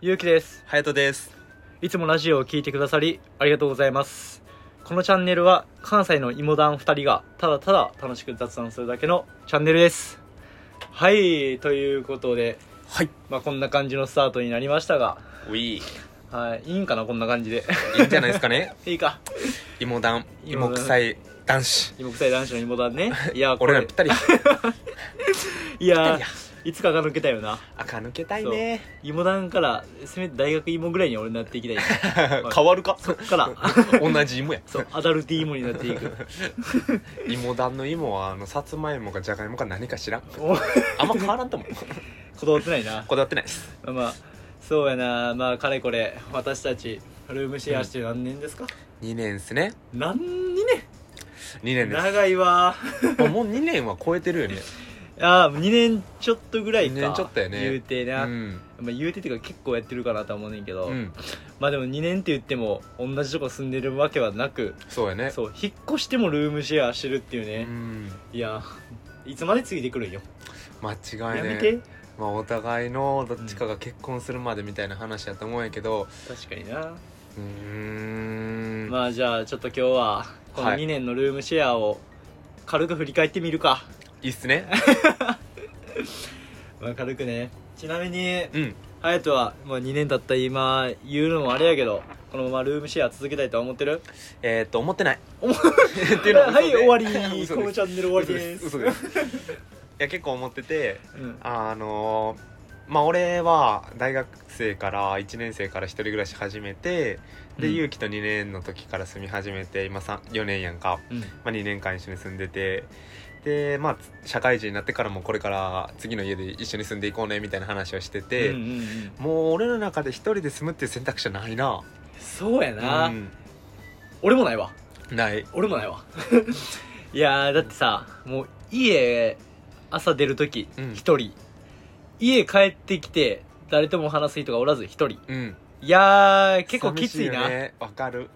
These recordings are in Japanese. ゆうきですハヤトです。いつもラジオを聞いてくださりありがとうございますこのチャンネルは関西の芋団2人がただただ楽しく雑談するだけのチャンネルですはいということで、はい。まあ、こんな感じのスタートになりましたが、ウィー。はい、いいんかなこんな感じで いいんじゃないですかね。 いいか芋団、芋団芋臭い男子。芋臭い男子の芋団 ねいやこ俺れらぴ ったり。いやぴったりやいつかが抜けたよな赤抜けたいね。芋団からせめて大学芋ぐらいに俺なっていきたい変わるかそっから 同じ芋や。そうアダルティー芋になっていく芋団の芋は、あの、さつまいもかじゃがいもか何か知らん。おあんま変わらんと思う。 こだわってないなこだわってないです。まあまあそうやなまあかれこれ私たちルームシェアして何年ですか、 2年ですね。何年2年で長いわす。もう2年は超えてるよね。ああ2年ちょっとぐらいか二年ちょっとやね言うてうな、ん。まあ、言うてっていうか結構やってるかなとは思うねんけど、うん。まあでも2年って言っても同じとこ住んでるわけはなくそうやね。そう引っ越してもルームシェアしてるっていううね、ん。いやいつまでついてくるんよ、間違いやね。めてまあ、お互いのどっちかが結婚するまでみたいな話やと思うんやけど。確かにな、うーん。まあじゃあちょっと今日はこのはい2年のルームシェアを軽く振り返ってみるか、いいっすね。まあ、軽くねちなみにうん。隼人はもう2年経った今言うのもあれやけどこのままルームシェア続けたいとは思ってるえー、っと、思っ てない。思っっていうのはい終わり嘘このですチャンネル終わりで嘘ですす。嘘です。いや、結構思ってて、うんあのー、まあ、俺は大学生から1年生から一人暮らし始めて、で、うんゆうきと2年の時から住み始めて、今4年やんか。うんまあ、2年間一緒に住んでて、で、まあ、社会人になってからもこれから次の家で一緒に住んでいこうね、みたいな話をしてて、うんうんうんもう俺の中で一人で住むっていう選択肢はないな。そうやな、うん俺もないわない。俺もないわ いやーだってさもう家朝出る時うん一人家帰ってきて誰とも話す人がおらず一人うん。いやー結構きついな寂しよねわ、かる。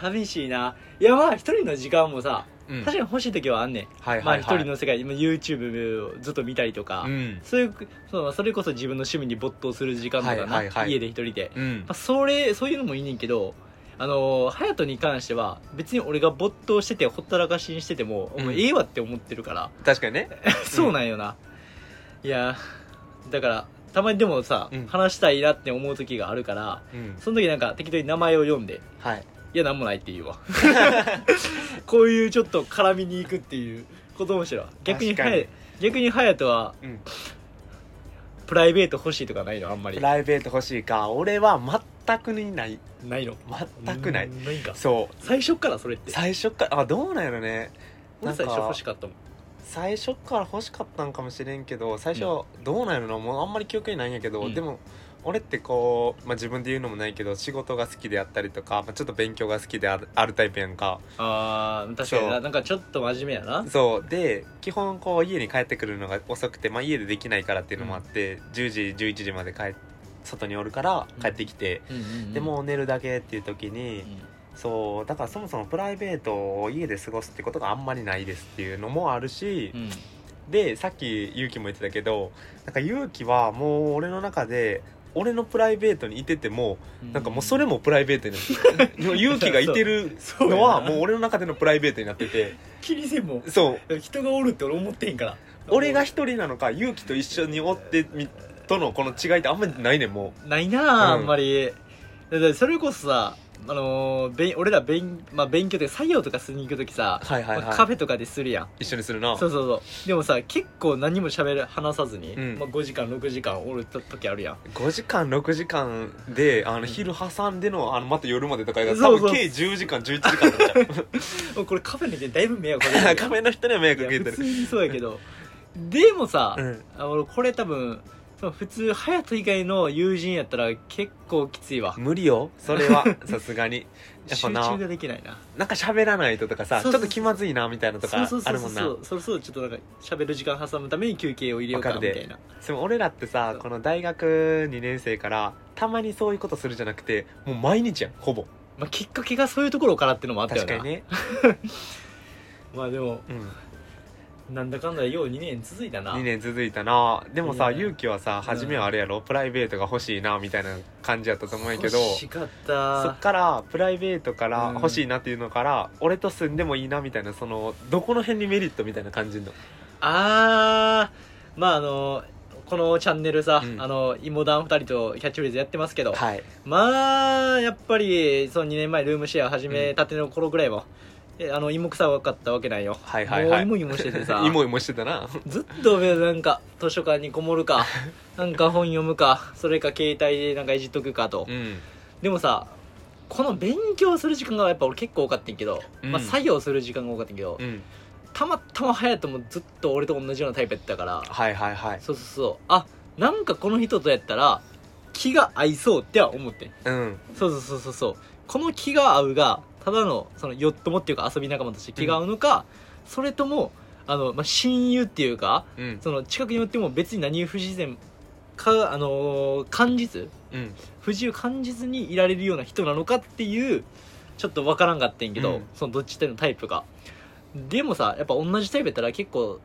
寂しいないやまあ一人の時間もさうん確かに欲しい時はあんねんはいまあはいはい。一人の世界今 YouTube をずっと見たりとか、うん。そういうそのそれこそ自分の趣味に没頭する時間とかな、はいはいはい家で一人で、まうんあ、。それそういうのもいいねんけどあのー隼人に関しては別に俺が没頭しててほったらかしにしてても、うんもうええわって思ってるから確かにね。そうなんよな、いやーだからたまにでもさ、うん話したいなって思う時があるからうん。その時なんか適当に名前を読んではい。いやなんもないって言うわ こういうちょっと絡みに行くっていうこともしろ逆に確かに隼逆に隼人はうん。プライベート欲しいとかないのあんまプりライベート欲しいか。俺は全くにない。ないの全くない。ないんかそう。最初っからそれって最初から、あ、どうなんやろね。俺なんか最初欲しかったもん最初から欲しかったんかもしれんけど、最初、どうなんやろな。もうあんまり記憶にないんやけど、うんでも、俺ってこう、まあ、自分で言うのもないけど、仕事が好きであったりとか、まあ、ちょっと勉強が好きであるあるタイプやんか。あー確かにそなうなんかちょっと真面目やなそうで基本こう家に帰ってくるのが遅くて、まあ、家でできないからっていうのもあって、10時11時まで帰っ外におるから帰ってきて、うんうんうんでもう寝るだけっていう時うに、んそうだからそもそもプライベートを家で過ごすってことがあんまりないですっていうのもあるし、うんでさっき勇気も言ってたけどなんか勇気はもう俺の中で俺のプライベートにいててもなんかもうそれもプライベートに なってるでも勇気がいてるそうのはそうやなもう俺の中でのプライベートになってて気にせんもんそう人がおるって俺思ってへんから俺が一人なのか勇気と一緒におってみとのこの違いってあんまりないねんもないなああうんんまりだってそれこそさあのーべん俺ら勉,、まあ、勉強で作業とかしに行く時さう、はいはまあカフェとかでするやん一緒にするなそうそうそうでもさ結構何も喋る話さずに、うんまあ、5時間6時間おると時あるやん5時間6時間であの昼挟んでのあのまた夜までとかやからそう多そう分計10時間11時間とかちもうこれカフェの人にだいぶ迷惑かけ ゃてう カフェの人には迷惑かけいやて普通るにそうやけどでもさ、うんあ俺これ多分その普通隼人以外の友人やったら結構きついわ無理よそれは さすがにやっ集ぱ中なができないななんか喋らないととかさちそょうそっうと気まずいなみたいなとそうかそうそあうるそもうんなそうそろそろちょっとなんか喋る時間挟むために休憩を入れようかわみかたるでいなでも俺らってさそうこの大学2年生からたまにそういうことするじゃなくてもう毎日やんほぼまあ、きっかけがそういうところからってのもあったよ確なかにねまあでもうんなんだかんだよう2年続いたな2年続いたなでもさいや勇気はさ初めはあれやろプライベートが欲しいなみたいな感じやったと思うんやけど欲しかったそっからプライベートからうん欲しいなっていうのから、俺と住んでもいいなみたいなそのどこの辺にメリットみたいな感じのあーまああのこのチャンネルさ、うんあの芋団2人とキャッチフレーズやってますけど、はいまあやっぱりその2年前ルームシェア始めたての頃ぐらいは、えあの芋臭かったわけないよはいはいはいもう芋芋しててさ イモイモして たなずっとなんか図書館にこもる かなんか本読むかそれか携帯でなんかいじっとくかと、うんでもさこの勉強する時間がやっぱ俺結構多かったんやけど、うんまあ、作業する時間が多かったんやけど、うんたまたま隼人もずっと俺と同じようなタイプやったからはいはいはいそうそうそうあなんかこの人とやったら気が合いそうっては思ってんうんそうそうそうそうそうこの気が合うがただのそのよっともっていうか遊び仲間として気が合うのか、それともあの、まあ、親友っていうかうんその近くに寄っても別に何不自然かあのー感じずうん不自由感じずにいられるような人なのかっていうちょっと分からんかってんけど、うんそのどっちってのタイプがでもさやっぱ同じタイプやったら結構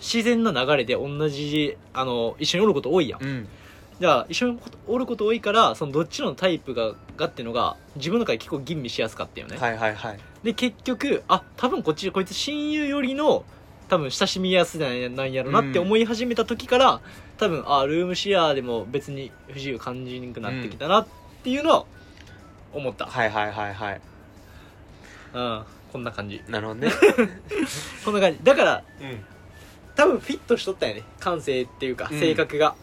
自然な流れで同じあの一緒におること多いやん、うんじゃあ一緒におること多いからそのどっちのタイプががっていうのが自分の中で結構吟味しやすかったよね、はいはいはいで結局あ多分こっちこいつ親友よりの多分親しみやすいなんやろなってうん思い始めた時から、多分あルームシェアでも別に不自由感じにくなってきたなっていうのは思った、はいはいはいはいうん、こんな感じなるほどねこんな感じだからうん多分フィットしとったよね感性っていうかうん性格が、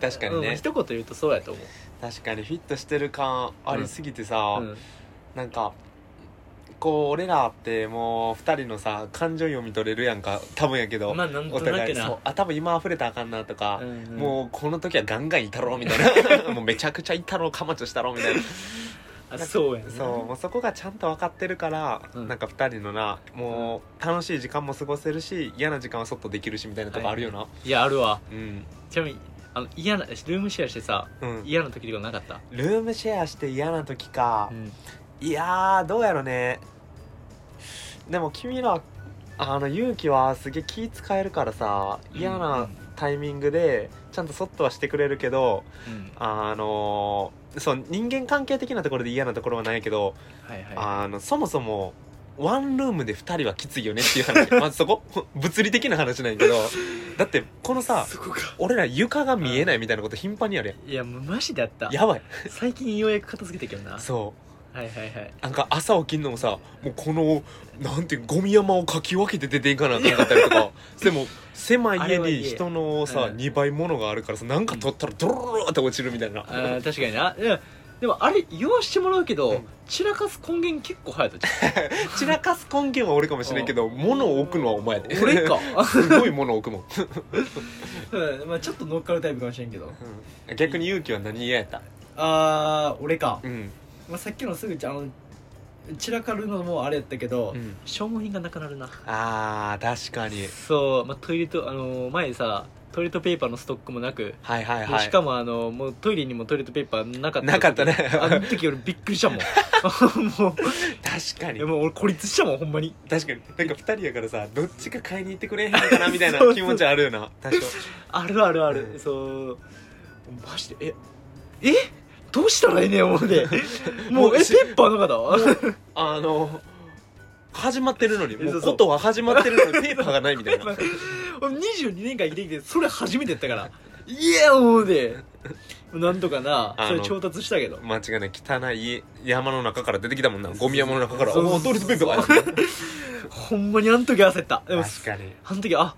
確かにうんね一言言うとそうやと思確かにフィットしてる感ありすぎてさう、うんなんかこう俺らってもう2人のさ感情読み取れるやんか多分やけど、まあなんとおな互くいそなうあ多分今溢れたらあかんなとか、うんうんもうこの時はガンガンいたろうみたい なもうめちゃくちゃいたろうかまちょしたろうみたいなあそうやねそうもうそこがちゃんと分かってるから、うんなんか2人のなもう楽しい時間も過ごせるし嫌な時間はそっとできるしみたいなとこあるよな、いやあるわうん、ちなみにあの嫌なルームシェアしてさうん、嫌な時とかなかった、ルームシェアして嫌な時かう、ん、いやーどうやろねでも君らあの勇気はすげえ気使えるからさ嫌なタイミングでちゃんとそっとはしてくれるけどうんあのそう人間関係的なところで嫌なところはないけど、はいはいあのそもそもワンルームで2人はきついよねっていう 話まずそこ物理的な話なんやけどだってこのさそこか俺ら床が見えないみたいなこと頻繁にあるいやもうマジであったやんやばい最近ようやく片付けたけどなはそういはいはいなんか朝起きんのもさもうこのなんていうゴミ山をかき分けて出ていかなあかんかったり とかでも狭い家あれはいにい人のさ、うん2倍ものがあるからさなんか取ったらドロロロって落ちるみたいな、あー確かになうんでもあれ言わしてもらうけど、うん散らかす根源結構早いと 散らかす根源は俺かもしれんけど、物を置くのはお前や で俺か、 すごい物を置 くもん、うんまあ、ちょっと乗っかるタイプかもしれんけどうん逆に勇気は何嫌やったあー俺か、うん、まあ、さっきのすぐちゃんあの散らかるのもあれやったけど、うん、消耗品がなくなるなあー確かにそう、まあ、トイレとあのー前さトイレットペーパーのストックもなくはいはいではいしかもあのもうトイレにもトイレットペーパーなかったなかったねあの時俺びっくりしたもん も確かうにいやもう俺孤立したもんほんまに確かになんか2人やからさどっちか買いに行ってくれへ んのかなみたいな気持ちあるよな多少あるあるある、うんそうマジでええどうしたらええねん思 うでももううえしペッパーなかったわあの始まってるのにもそううそうことは始まってるのにペーパーがないみたいな 俺22年間生きてきてそれ初めてやったからいや思うでなんとかなあそれの調達したけど間違いない汚い山の中から出てきたもんなゴミ山の中からそうそうおートイレットペーパーがあるほんまにあの時焦ったでも確かにあの時あ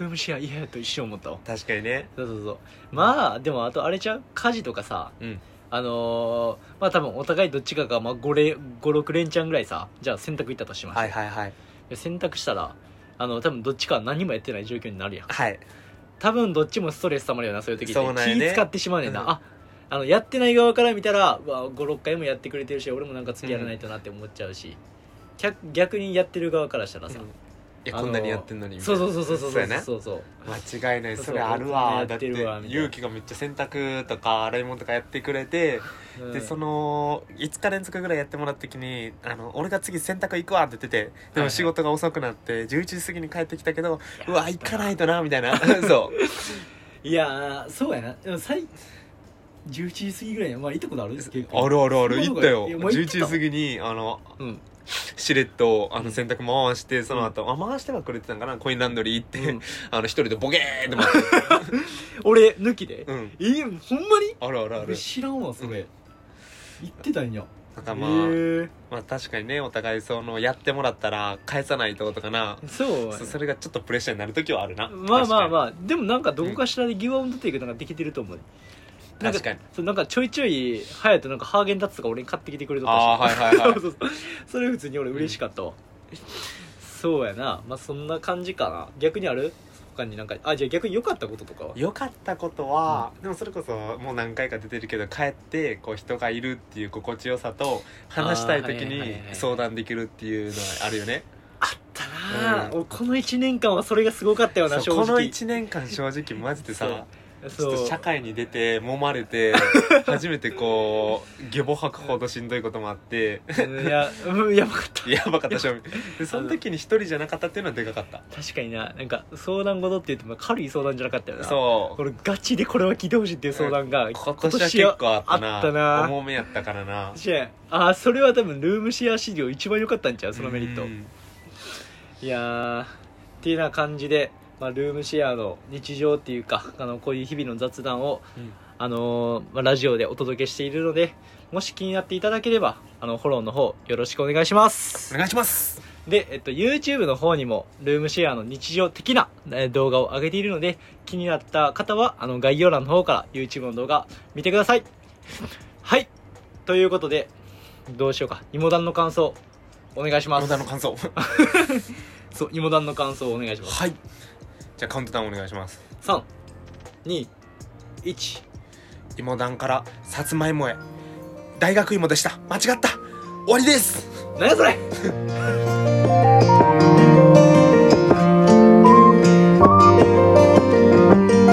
ルームシェア嫌やと一瞬思ったわ確かにねそうそうそうまあでもあとあれちゃう家事とかさうんあのー、まあ多分お互いどっちかが、まあ、56連チャンぐらいさじゃあ洗濯行ったとします、はいはいはいで洗濯したらあの多分どっちかは何もやってない状況になるやんはい多分どっちもストレス溜まるよなそういう時ってそうなんやね気使ってしまうねんな、うんああのやってない側から見たらうわ56回もやってくれてるし俺もなんか付き合わないとなって思っちゃうし、逆逆にやってる側からしたらさ、うんいやこんなにやってんのにみたいそうなそうそうそうそうそうそやうねそうそう間違いないそうそれあるわだやっっててるわみたいな勇気がめっちゃ洗濯とか洗い物とかやってくれてうんでその5日連続ぐらいやってもらった時に「あの俺が次洗濯行くわ」って言っててではいはもい仕事が遅くなって11時過ぎに帰ってきたけど「うわ行かないとな」みたいな そういやーそうやなでも最11時過ぎぐらいにまあ行ったことあるんですけどあるあるあるそんなのが行ったよいやもう行11って時た過ぎにあのうんしれっとあうんの洗濯回してその後、あ回してはくれてたんかなコインランドリー行って、うん あの一人でボケーっ て回って俺抜きで、うんえーほんまにあるあるあ俺る知らんわそれ行ってたんやなんかまあ、へまあ確かにねお互いそのやってもらったら返さないととかなえそうやなそそれがちょっとプレッシャーになる時はあるなまあまあまああでもなんかどこかしらでギブアンドテイクなんかできてると思うなん確かにそうなんかちょいちょい隼人なんかハーゲンダッツとか俺に買ってきてくれとったしあーはいはいはい そうそうそれ普通に俺嬉しかったわ、そうやなまあそんな感じかな逆にある他になんかあじゃあ逆に良かったこととかは良かったことは、でもそれこそもう何回か出てるけど帰ってこう人がいるっていう心地よさと話したいあー時はいはいはいはにい相談できるっていうのはあるよねあったなあ、うん俺この1年間はそれがすごかったよな正そう直この1年間正直マジで そさうちょっそうと社会に出て揉まれて初めてこう下ボ吐くほどしんどいこともあ ってうんいやうんやばかったやばかった正味でその時に一人じゃなかったっていうのはでかかった確かにななんか相談事って言っても軽い相談じゃなかったよなそうこれガチでこれは聞いてほしいっていう相談が今年は結構あったなあったな重めやったからなああそれは多分ルームシェア資料一番良かったんちゃうそのメリットうんいやーっていうような感じで、まあ、ルームシェアの日常っていうかあのこういう日々の雑談を、うんあのーまあ、ラジオでお届けしているのでもし気になっていただければあのフォローの方よろしくお願いしますお願いしますで、えっと、YouTube の方にも、ルームシェアの日常的なえー動画を上げているので、気になった方は、あの、概要欄の方から YouTube の動画見てください。はい。ということで、どうしようか。芋団の感想、お願いしま野す田。の感想はそう、芋団の感想をお願いします。いじゃあカウントダウンお願いします3、2、1。芋団からさつまいもへ大学芋でした間違った終わりです何やそれ